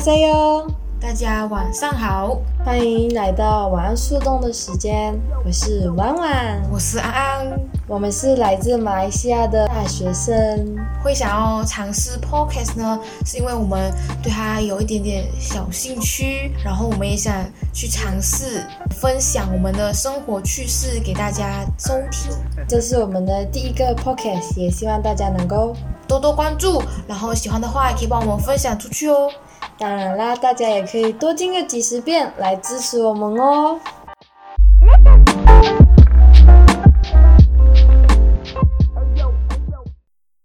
塞哟，大家晚上好，欢迎来到晚安树洞的时间，我是婉婉，我是安安。我们是来自马来西亚的大学生，会想要尝试 podcast 呢，是因为我们对它有一点点小兴趣，然后我们也想去尝试分享我们的生活趣事给大家收听，这是我们的第一个 podcast，也希望大家能够，多多关注。然后喜欢的话也可以帮我们分享出去哦。当然啦，大家也可以多听个几十遍来支持我们哦。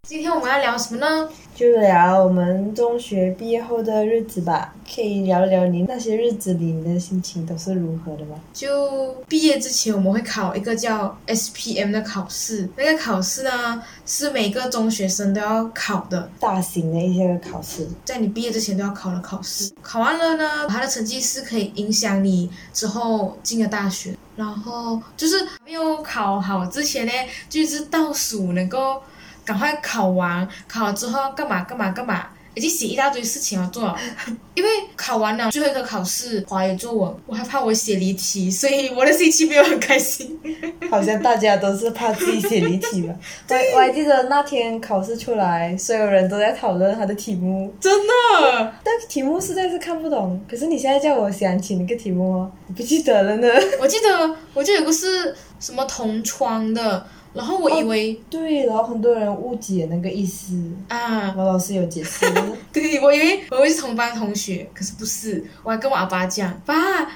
今天我们要聊什么呢？就聊我们中学毕业后的日子吧，可以聊聊你那些日子里你的心情都是如何的吗？就毕业之前，我们会考一个叫 SPM 的考试。那个考试呢，是每个中学生都要考的，大型的一些考试，在你毕业之前都要考的考试。考完了呢，它的成绩是可以影响你之后进了大学。然后就是没有考好之前呢，就是倒数能够赶快考完，考了之后要干嘛干嘛干嘛。已经写一大堆事情要做了， 因为考完了最后一科考试华语作文，我还怕我写离题，所以我的心情没有很开心。 好像大家都是怕自己写离题 吧。我我还记得那天考试出来，所有人都在讨论他的题目，真的，但题目实在是看不懂。可是你现在叫我想起那个题目吗？我不记得了呢。我记得我记得有个是什么同窗的，然后我以为、 对，然后很多人误解那个意思，啊，我老师有解释。对，我以为我以为是同班同学，可是不是，我还跟我阿爸讲，爸，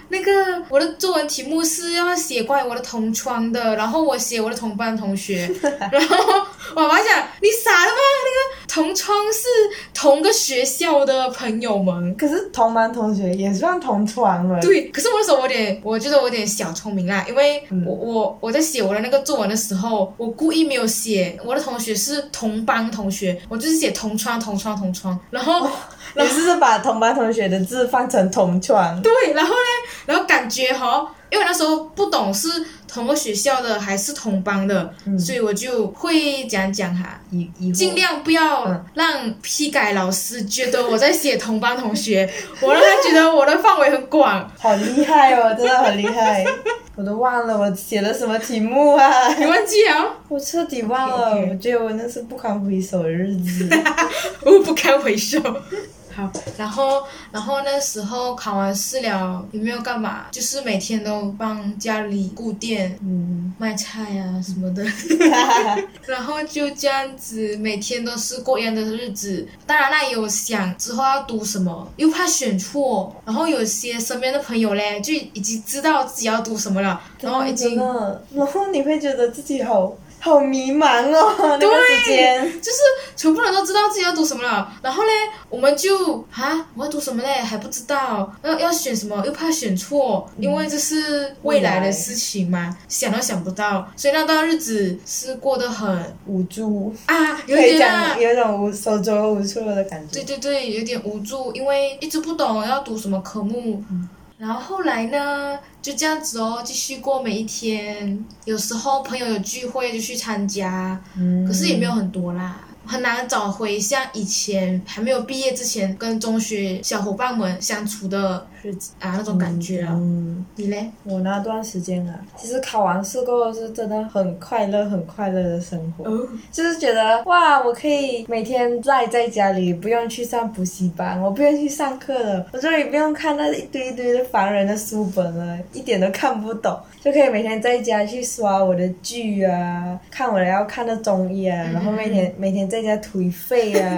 那个我的作文题目是要写关于我的同窗的，然后我写我的同班同学，然后我阿爸讲，你傻了吗？那个同窗是同个学校的朋友 们。可是同班同学也算同窗了。对，可是我那时候我有点，我觉得我有点小聪明啊啦，因为嗯我我我在写我的那个作文的时候，我故意没有写我的同学是同班同学，我就是写同窗同窗同窗，然后你是不是把同班同学的字放成同窗？对，然后呢，然后感觉哈，因为我那时候不懂是同个学校的还是同班的，嗯所以我就会讲讲哈。以以后尽量不要嗯让批改老师觉得我在写同班同学，我让他觉得我的范围很广。好厉害哦，真的很厉 害。我都忘了我写了什么题目啊，你忘记了？我彻底忘了。 OK，OK 我觉得我那是不堪回首的日子。我不堪回首。 好，然后，然后那时候考完试了，也没有干嘛，就是每天都帮家里顾店、 嗯，卖菜啊什么的。哈哈然后就这样子，每天都是过一样的日子。当然啦，有想之后要读什么，又怕选错。然后有些身边的朋友嘞，就已经知道自己要读什么了，然后已经真的，然后你会觉得自己好好迷茫 哦，那个时间。就是全部人都知道自己要读什么了。然后嘞，我们就啊，我要读什么嘞？还不知道，要要选什么，又怕选错，因为这是未来的事情嘛，想都想不到。所以那段日子是过得很无助，啊，有可以点啊讲有一种无手足无措的感觉对。对对，有点无助，因为一直不懂要读什么科目。嗯然后后来呢，就这样子哦，继续过每一天。有时候朋友有聚会就去参加，嗯可是也没有很多啦，很难找回像以前还没有毕业之前跟中学小伙伴们相处的日子啊那种感觉啊。嗯你嘞？我那段时间啊，其实考完试过后是真的很快乐、很快乐的生活，哦，就是觉得哇，我可以每天赖在家里，不用去上补习班，我不用去上课了，我终于不用看那一堆一堆的烦人的书本了，一点都看不懂，就可以每天在家去刷我的剧啊，看我的要看的综 艺啊，然后每天每天在家颓废啊。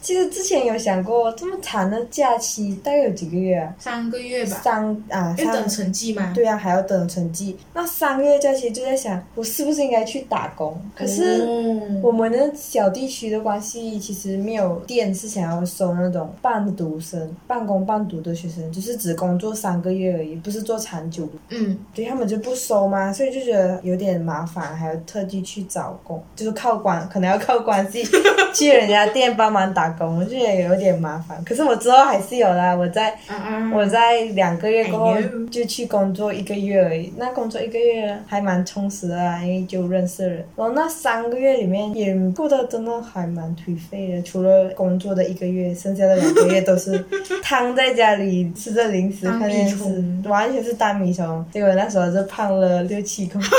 其实之前有想过，这么长的假期大概有几个月啊？三个月吧，三啊，要三等成绩嘛。对啊，还要等成绩。那三个月假期就在想，我是不是应该去打工？可是哦我们的小地区的关系，其实没有店是想要收那种半读生、半工半读的学生，就是只工作三个月而已，不是做长久的。嗯，对他们就不收嘛，所以就觉得有点麻烦，还要特地去找工，就是靠关，可能要靠关系 去人家店帮忙打工，我就觉得有点麻烦。可是我之后还是有啦，我在啊啊，我我在两个月过后哎呦就去工作一个月而已，那工作一个月还蛮充实的啦，因为就认识人。然后那三个月里面也过得真的还蛮颓废的，除了工作的一个月，剩下的两个月都 是躺在家里吃着零食当看电米视虫，完全是当米虫。结果那时候就胖了六七公 斤。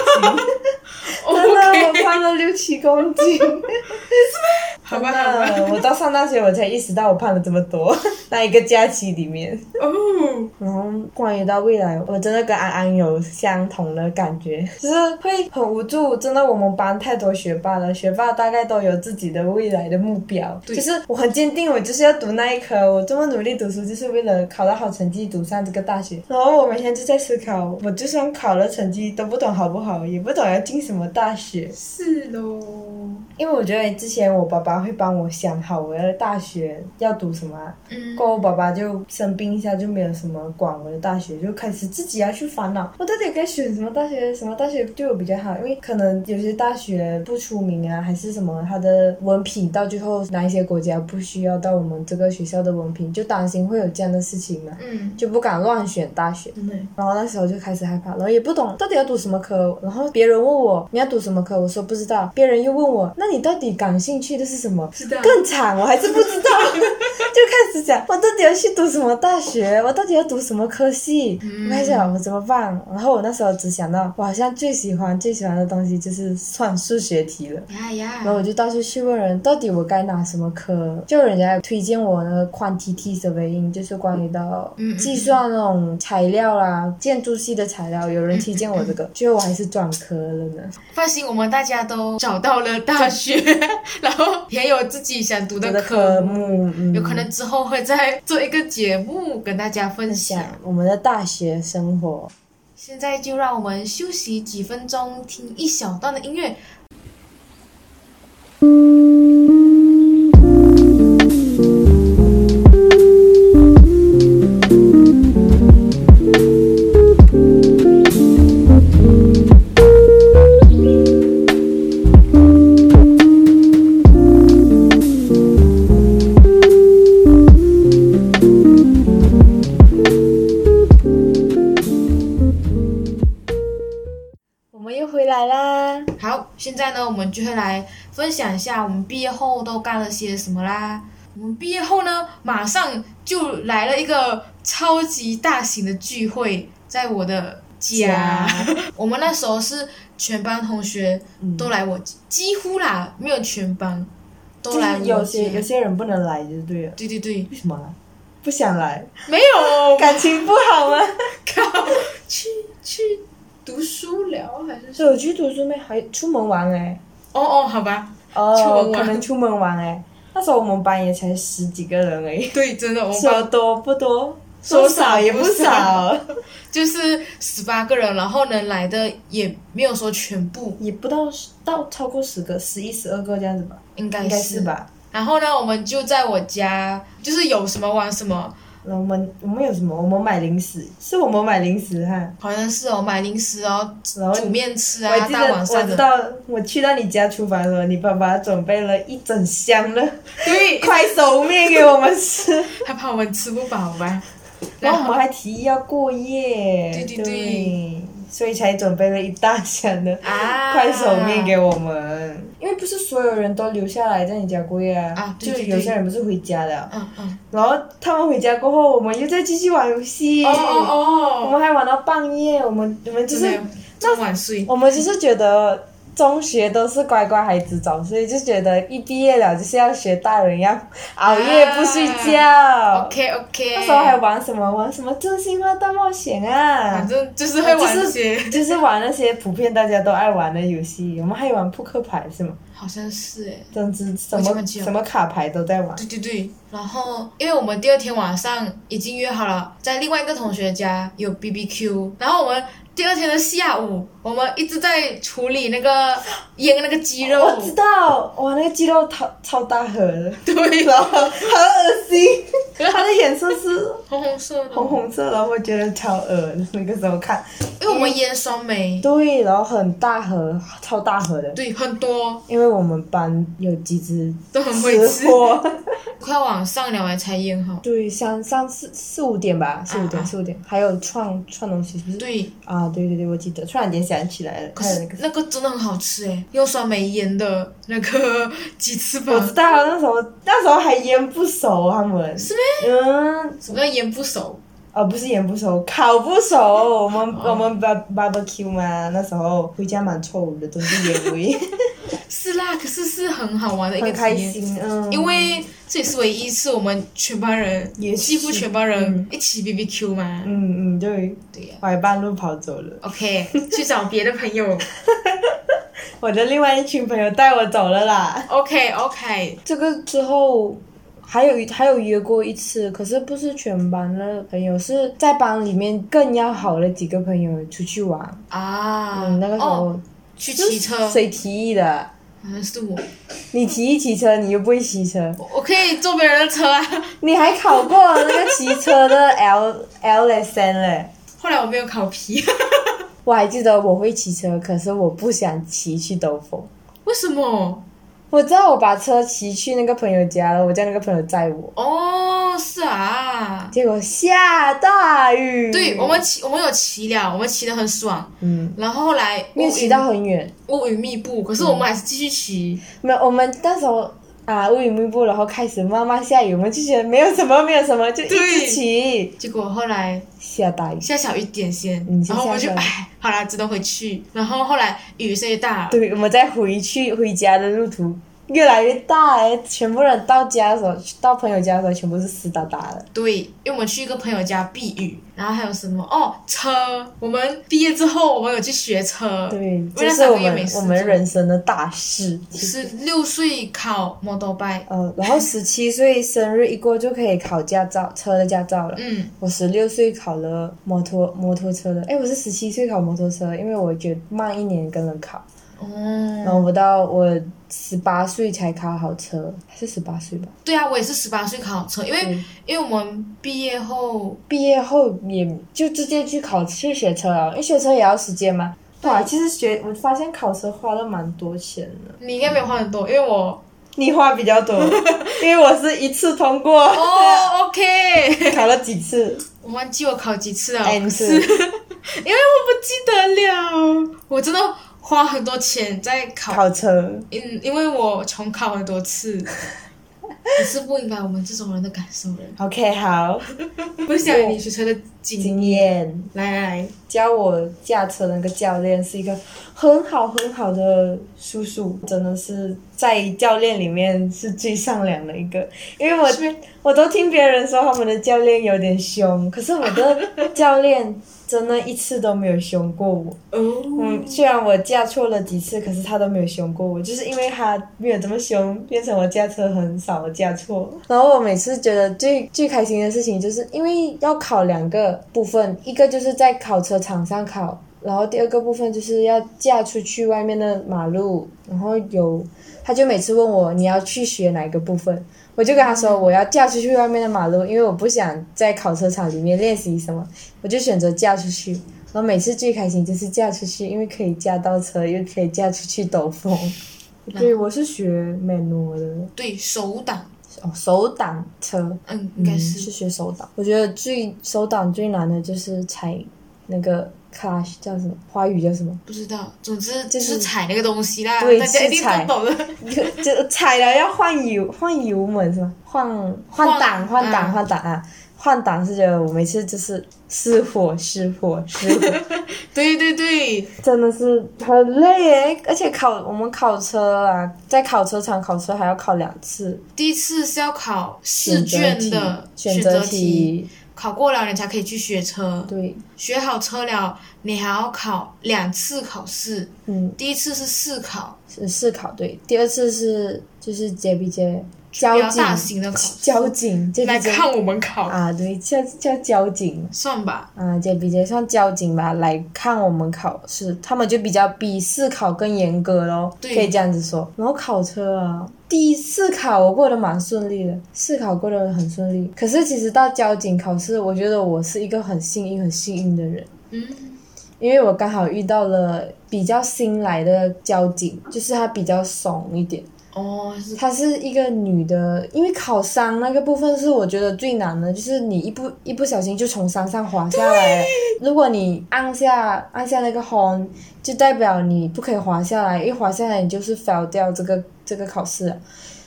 真的，我 OK，胖了六七公 斤。啊好吧，好吧，真的，我到上大学我才意识到我胖了这么多， 那一个假期里面。哦，然后关于到未来，我真的跟安安有相同的感觉， 就是会很无助。真的，我们班太多学霸了，学霸大概都有自己的未来的目标。对就是我很坚定，我就是要读那一科，我这么努力读书就是为了考到好成绩，读上这个大学。然后我每天就在思考，我就算考了成绩都不懂好不好，也不懂要进什么大学。是喽，因为我觉得之前我爸爸会帮我想好我要大学要读什么啊、嗯，过后我爸爸就生病一下，就没有什么管我的大学，就开始自己要去烦恼，我到底该选什么大学，什么大学对我比较好？因为可能有些大学不出名啊，还是什么，他的文凭到最后哪一些国家不需要到我们这个学校的文凭，就担心会有这样的事情嘛，嗯，就不敢乱选大学。真的，然后那时候就开始害怕，然后也不懂到底要读什么科。然后别人问我你要读什么科，我说不知道。别人又问我，那你到底感兴趣的是什么？知道，更惨，我还是不知道， 就开始讲我到底要去读什么大学，我到底要读什么科系，嗯我在想我怎么办。然后我那时候只想到，我好像最喜欢最喜欢的东西就是算数学题了。呀呀，然后我就到处去问人，到底我该拿什么科？就人家推荐我那个 quantity 嗯 surveying，就是关于到嗯嗯计算那种材料啦、建筑系的材料，有人推荐我这嗯个，结果我还是转科了呢。放心，我们大家都找到了大 学，然后也有自己想读我的的科目，嗯，有可能之后会再做一个节目跟大家分想享。我们的大学生活。现在就让我们休息几分钟，听一小段的音乐。我们又回来啦，好，现在呢，我们就会来分享一下我们毕业后都干了些什么啦。我们毕业后呢，马上就来了一个超级大型的聚会，在我的家。 我们那时候是全班同学嗯都来我，几乎啦，没有全班就都来我是家。有些有些人不能来就对了，对对对，为什么啊？不想来，没 有，感情不好吗？靠， 去去读书了还是？所以我去读书没，还出门玩哎、哦哦，好吧，出哦门，玩可能出门玩哎、那时候我们班也才十几个人而已，对，真的，我们班说多不多，说说少少也也不不少少，就是十八个人，然后能来的也没有说全部，也不到十到超过十个，十一、十二个这样子吧，应该应该哎是？吧。然后呢，我们就在我家，就是有什么玩什么，然后我们我们有什么？我们买零食，是我们买零食哈。好像是哦，买零食哦，然后煮面吃我啊还，记得大晚我上知的，道我去到你家厨房的时候，你爸爸准备了一整 箱的对，快手面给我们 吃，他怕我们吃不饱吧？然后我然后们还提议要过夜，啊对对对对所以才准备了一大箱的啊，快手面给我们，因为不是所有人都留下来在你家过夜啊，啊对就对有对些人不是回家了，嗯嗯，然后他们回家过后，我们又再继续玩游戏，哦哦我哦，们还玩到半夜，我们我们就真是的这么晚 睡，我们就是觉得。中学都是乖乖孩子早睡，就觉得一毕业了就是要学大人，要熬夜啊不睡觉。 OK OK，那时候还玩什么玩什么真心话大冒险啊，反正就是会玩这些，就是玩那些普遍大家都爱玩的游戏。我们还玩扑克牌是吗？好像是哎。总之什我记得么记哦得什么卡牌都在玩。对对对，然后因为我们第二天晚上已经约好了，在另外一个同学家有 B B Q，然后我们第二天的下午，我们一直在处理那个腌那个鸡 肉，我知道，哇，那个鸡肉超超大盒的，对，然后好恶 心，它的颜色是红红色的，红红色的，我觉得超恶的。那个时候看，因为我们腌酸梅，对，然后很大盒，超大盒的，对，很多因为我们班有几只都很会吃，货，快晚上了哎才腌好，对，三三四四五点吧，四五点啊四五点，还有串串东西，是不是？对，啊，对对对，我记得，突然间想起来了，可还有那是个。那个真的很好吃哎，用酸梅腌的那个鸡翅我知膀，道那时候，那时候还腌不熟，他们是咩？嗯，什么叫腌不熟？哦，不是腌不熟，烤不熟。我们、哦我们 bar barbecue 嘛，那时候回家蛮臭的，都是烟 味，是啦，可是是很好玩的一个很开体验。心。嗯，因为这也是唯一一次我们全班人，也是几乎全班人嗯一起 BBQ 嘛。嗯嗯对，对呀、我还半路跑走了。 OK，去找别的朋友。 我的另外一群朋友带我走了啦。 OK OK，这个之后。还有一还有约过一次，可是不是全班的朋友，是在班里面更要好的几个朋友出去玩。啊，嗯，那个时候、哦、去骑车，谁提议的？好像是我，你提议骑车，你又不会骑车，我我可以坐别人的车啊。 你还考过那个骑车的 L L lesson 嘞。后来我没有考皮， 我还记得我会骑车，可是我不想骑去兜风。为什么？我知道我把车骑去那个朋友家了，我叫那个朋友载我，哦，是啊，结果下大雨。对我们骑，我们有骑了，我们骑得很爽。嗯，然后后来没有骑到很远。乌云密布，可是我们还是继续骑。没有，我们那时候啊乌云密布，然后开始慢慢下雨，我们就觉得没有什么，没有什么，就一直对骑。结果后来下大雨，下小一点先嗯，然后我们就下小一哎，好啦，只能回去。然后后来雨越下越大，对，我们在回去回家的路途越来越大哎，全部人到家的时候，到朋友家的时候，全部是湿哒哒的。对，因为我们去一个朋友家避雨，然后还有什么哦车，我们毕业之后我们有去学车，对，为这了是三我个月们没事我们做人生的大事。十六岁考 Model Bike，呃，然后十七岁生日一过就可以考驾照，车的驾照了。嗯，我十六岁考了摩托摩托车的，哎，我是十七岁考摩托车，因为我觉得慢一年跟人考，然哦，后我到我十八岁才考好车，还是十八岁吧。对啊，我也是十八岁考车，因为因为我们毕业后毕业后也就直接去考去学车了，因为学车也要时间嘛。哇，其实学我发现考车花了蛮多钱的，你应该没有花很多，因为我你花比较 多，因为我是一次通过，啊哦 OK， 考了几次，我忘记我考几次了， n 是次，因为我不记得了，我真的花很多钱在考考车。嗯，因为我重考很多次， 你是不明白我们这种人的感受的。 OK，好，分享你学车的经经验来来来，教我驾车的那个教练是一个很好很好的叔叔，真的是在教练里面是最善良的一个，因为我是吗我都听别人说他们的教练有点凶，可是我的教练真的一次都没有凶过我。哦，嗯，虽然我驾错了几次，可是他都没有凶过我，就是因为他没有这么凶，变成我驾车很少驾错。然后我每次觉得最最开心的事情，就是因为要考两个部分，一个就是在考车场上考，然后第二个部分就是要驾出去外面的马路。然后有，他就每次问我你要去学哪一个部分，我就跟他说我要驾出去外面的马路，因为我不想在考车场里面练习什么，我就选择驾出去。然后每次最开心就是嫁出去，因为可以嫁到车，又可以嫁出去兜风。对，我是学美诺的，对手挡，哦，手挡车，嗯，应该嗯是、是学手挡。我觉得最手挡最难的就是踩那个 clutch 叫什么，花语叫什么？ 不知道，总之就就是是踩那个东西啦，对大家一定是踩都懂的。就踩了要换油换油门是吗？换换挡换挡嗯换挡啊！换挡是觉得我每次就是是火是火是火，对对对，真的是很累耶，而且考我们考车啊，在考车场考车还要考两次第一次是要考试卷的选择择题，考过了你才可以去学车，对，学好车了你还要考两次考试，嗯，第一次是试考，是试考对，第二次是就是 JBJ，比交较警大型的考试交警，这来比较看我们考，啊，对，叫叫交警。算吧。啊，这比较像交警吧，来看我们考试，他们就比较比试考更严格咯，可对以这样子说。然后考车啊，第一次考我过得蛮顺利的，试考过得很顺利。可是其实到交警考试，我觉得我是一个很幸运、很幸运的人，嗯，因为我刚好遇到了比较新来的交警，就是他比较怂一点。哦，是她是一个女的，因为考伤那个部分是我觉得最难的，就是你一不一不小心就从山上滑下来了。如果你按下按下那个 horn，就代表你不可以滑下来，一滑下来你就是 fail 掉这个这个考试了。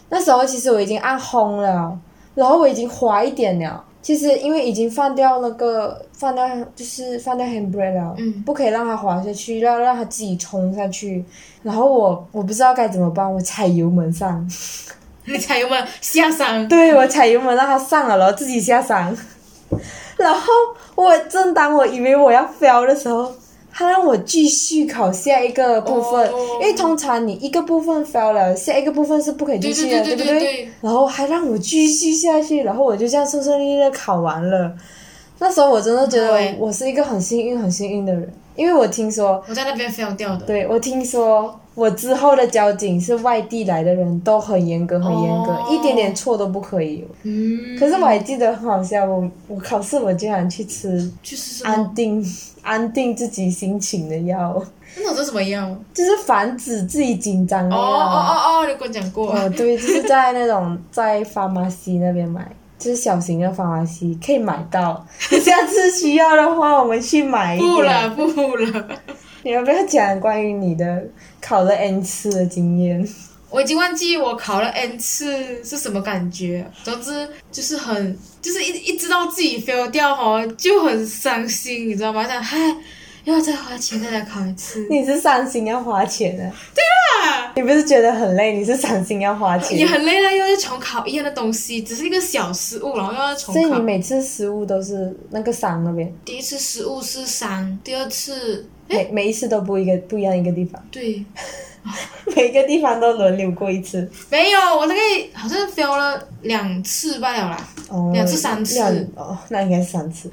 那时候其实我已经按 horn 了，然后我已经滑一点了。其实因为已经放掉那个放掉就是放掉 handbrake 了，嗯不可以让它滑下去，要让它自己冲下去。然后我我不知道该怎么办，我踩油门上。你才有没有下山？对我踩油门让他上了，然后自己下山。 然后我正当我以为我要 fail 的时候，他让我继续考下一个部分哦因为通常你一个部分 fail 了，下一个部分是不可以继对续对的，对对对不对对，然后还让我继续下去，然后我就这样顺顺利利的考完了。那时候我真的觉得对我是一个很幸运、很幸运的人，因为我听说我在那边 fail 掉的。对，我听说我之后的交警是外地来的人，都很严格，很严格哦一点点错都不可以。嗯，可是我还记得很好笑，我我考试我竟然去吃就是什么？安定安定自己心情的药，那种是什么样？就是防止自己紧张的哦药。哦哦哦，你跟我讲过。啊哦，对，就是在那种 在法玛西那边买，就是小型的法玛西可以买到。你下次需要的话，我们去买一点。不了不了，你要不要讲关于你的考了 N 次的经验？ 我已经忘记我考了 N 次是什么感觉。总之就是很，就是一一知道自己 fail 掉吼，就很伤心，你知道吗？想嗨，又要再花钱再来考一次，你是伤心要花钱啊？对啦，你不是觉得很累，你是伤心要花钱也，很累了，又要重考一样的东西，只是一个小失误，然后又要重所以你考。每次失误都是那个伤那边，第一次失误是三，第二次每每一次都不一个不一样一个地方， 对，每个地方都轮流过一次。没有，我大概好像 fail 了两次罢了啦。哦，两次三次两哦，那应该是三 次。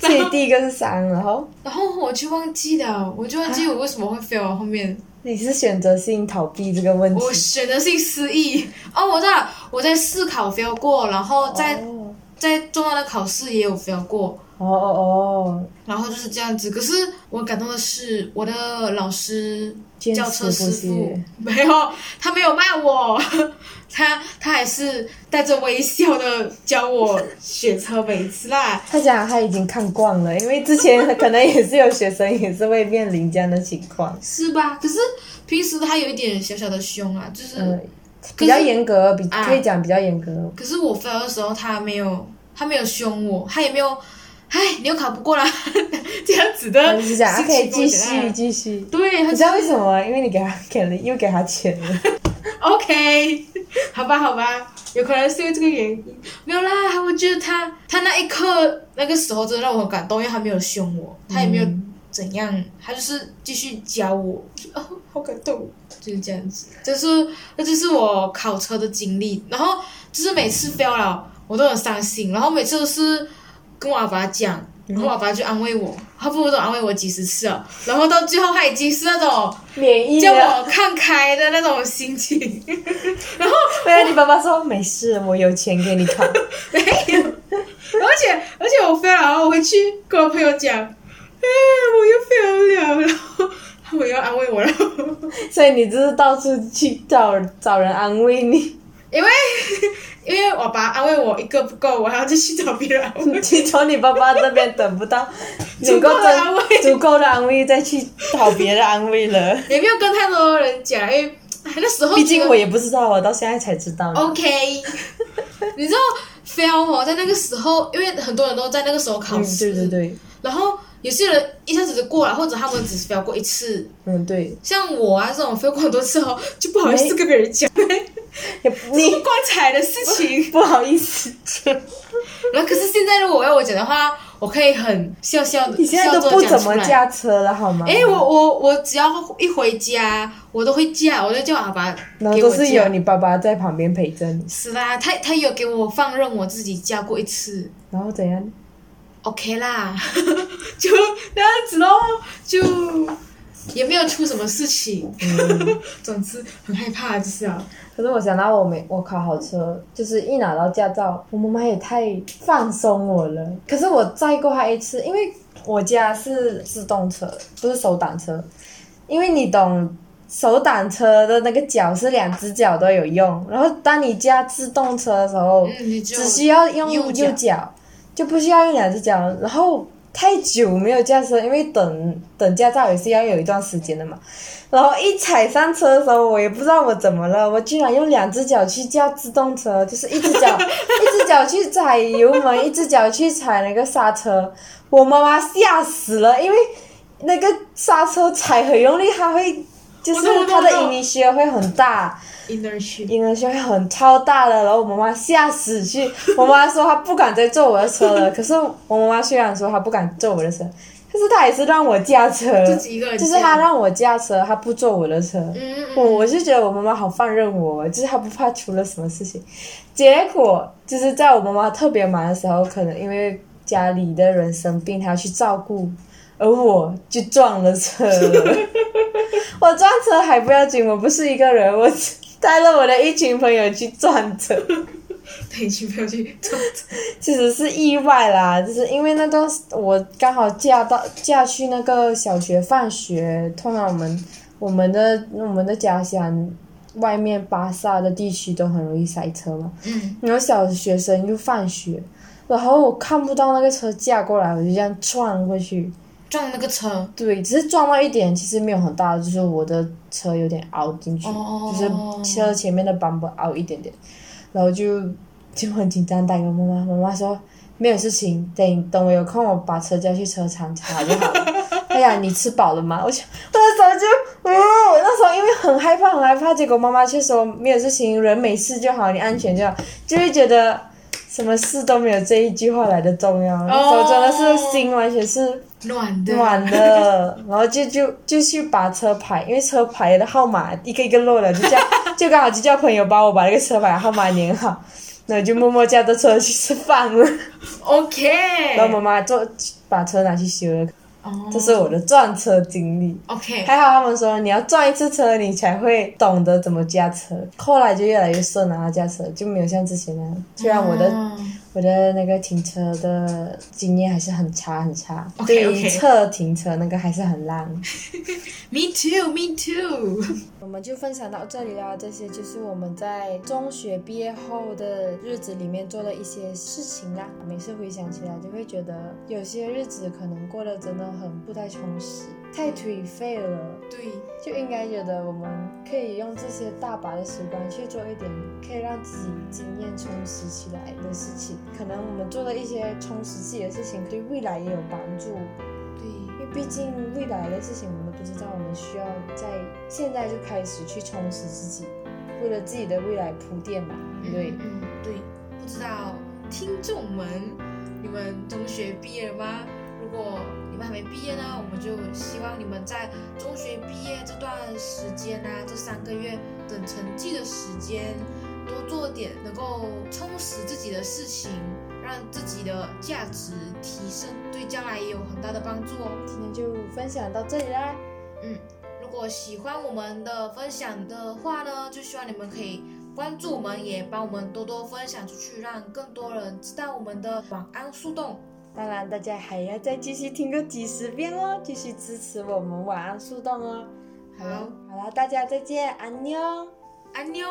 所以第一个是伤，然后然后我就忘记了，我就忘记我为什么会 fail 了后面。你是选择性逃避这个问题。我选择性失忆哦，我知道了，我在试考 fail 过，然后在、哦在重要的考试也有 fail 过，哦哦然后就是这样子。可是我感动的是，我的老师坚持轿车师不傅懈没有，他没有骂我， 他他还是带着微笑的教我学车每次啦。他讲他已经看惯了，因为之前可能也是有学生也是会面临这样的情况，是吧？可是平时他有一点小小的凶啊，就是，嗯，比较严格，比啊可以讲比较严格，可是我 fail 的时候，他没有，他没有凶我，他也没有，哎，你又考不过啦， 这样子我的哦只是 心讲他情可以跟我继讲啊续继续。对，他你知道为什么吗？因为你给他 给了又给他钱了， OK，好吧，好吧，有可能是因为这个原因，没有啦。我觉得他他那一刻那个时候真的让我很感动，因为他没有凶我，他也没有怎样，他就是继续教我，哦，好感动，就是这样子。就是那就是我考车的经历，然后就是每次 fail 了，我都很伤心，然后每次都是跟我阿爸讲。然后我阿爸就安慰我，他不懂安慰我几十次了，然后到最后他已经是那种 免疫叫了。我看开的那种心情，没有，你爸爸说没事，我有钱给你考。 没有。而且而且我飞了，然后我回去跟我朋友讲，哎，我又飞了，然后他们又安慰我了， 所以你就是到处去找找人安慰 你，因为因为我爸安慰我一个不够，我还要再去找别人安慰。你从你爸爸那边等不 到足够的真安慰足够的安慰，再去找别的安慰 了。 也没有跟太多人讲，因为哎那时候毕竟我也不知道，啊我到现在才知道呢。 OK，你知道 fail 哦，在那个时候，因为很多人都在那个时候考嗯，试，对对，对，然后有些人一下子就过了，或者他们只是 fail 过一次，嗯对，像我啊这种飞过很多次哦，就不好意思跟别人讲也不你光彩的事情。 不好意思，然后可是现在如果我要我讲的话，我可以很笑笑的。你现在都笑不着讲怎出么来。驾车了好吗？哎，我我我只要一回家，我都会驾，我就叫阿爸然后给都我是有驾。你爸爸在旁边陪着你，是啦，他他有给我放任我自己驾过一次然后怎样？ ，OK 啦， 就那样子咯，就也没有出什么事情，嗯 总之很害怕就是啊。可是我想到我没我考好车，就是一拿到驾照，我妈妈也太放松我了。可是我载过她一次，因为我家是自动车，不是手挡车，因为你懂。手挡车的那个脚是两只脚都有用，然后当你驾自动车的时候，嗯，你就只需要用右右脚脚，就不需要用两只脚。然后太久没有驾车，因为等等驾照也是要有一段时间的嘛。然后一踩上车的时候，我也不知道我怎么了，我居然用两只脚去驾自动车，就是一只 脚一只脚去踩油门，一只脚去踩那个刹车。我妈妈吓死了，因为那个刹车踩很用力，它会就我是懂我懂它的我懂 i n i 会很大。 inner ship。婴儿胸会很超大的，然后我妈妈吓死去，我妈说她不敢再坐我的车了。可是我妈妈虽然说她不敢坐我的车，但是她也是让我驾车，自己一个人嗯就是驾她让我驾车，她不坐我的车。嗯嗯 我我是觉得我妈妈好放任我，就是她不怕出了什么事情。结果就是在我妈妈特别忙的时候，可能因为家里的人生病，她要去照顾，而我就撞了 车了。我撞车还不要紧，我不是一个人，我带了我的一群朋友去撞车，陪女朋友去撞车。其实是意外啦，就是因为那段时我刚好嫁到嫁去那个小学放学，通常我们我们的我们的家乡外面巴萨的地区都很容易塞车嘛，嗯，然后小学生又放学，然后我看不到那个车驾过来，我就这样撞过去。撞那个车。对，只是撞到一点，其实没有很大，就是我的车有点凹进去，哦就是车前面的板本凹一点点，然后就就很紧张，打给我妈妈，妈妈说没有事情，等等我有空我把车交去车厂查就好了。 哎呀，你吃饱了吗？ 我想我那时候就，嗯，我那时候因为很害怕，很害怕，结果妈妈却说没有事情，人没事就好，你安全就好，就会觉得什么事都没有这一句话来的重要。那时候真的是心完全是暖的，暖的，然后就就就去把车牌，因为车牌的号码一个一个漏了，就叫 就刚好就叫朋友帮我把那个车牌号码粘好，然后就默默驾着车去吃饭了， OK。然后妈妈坐把车拿去修了，哦这是我的撞车经历。 OK，还好他们说你要撞一次车，你才会懂得怎么驾车。后来就越来越顺了、啊，驾车就没有像之前那样。虽然我的、嗯我的那个停车的经验还是很差很差 OK，对于 OK 侧停车那个还是很烂。 Me too，Me too。我们就分享到这里啦，这些就是我们在中学毕业后的日子里面做的一些事情啦。每次回想起来，就会觉得有些日子可能过得真的很不太充实，太颓废了。对，就应该觉得我们可以用这些大把的时光去做一点可以让自己经验充实起来的事情。可能我们做的一些充实自己的事情，对未来也有帮助。因对，为毕竟未来的事情我们不知道，我们需要在现在就开始去充实自己，为了自己的未来铺垫嘛。对，嗯，嗯对。不知道听众们，你们中学毕业了吗？如果你们还没毕业呢，我们就希望你们在中学毕业这段时间啊，这三个月等成绩的时间，多做点能够充实自己的事情，让自己的价值提升，对将来也有很大的帮助哦。今天就分享到这里啦，如果喜欢我们的分享的话呢，就希望你们可以关注我们，也帮我们多多分享出去，让更多人知道我们的晚安树洞。当然大家还要再继续听个几十遍哦，继续支持我们晚安树洞哦。好了，好了，大家再见，安妞。安妞。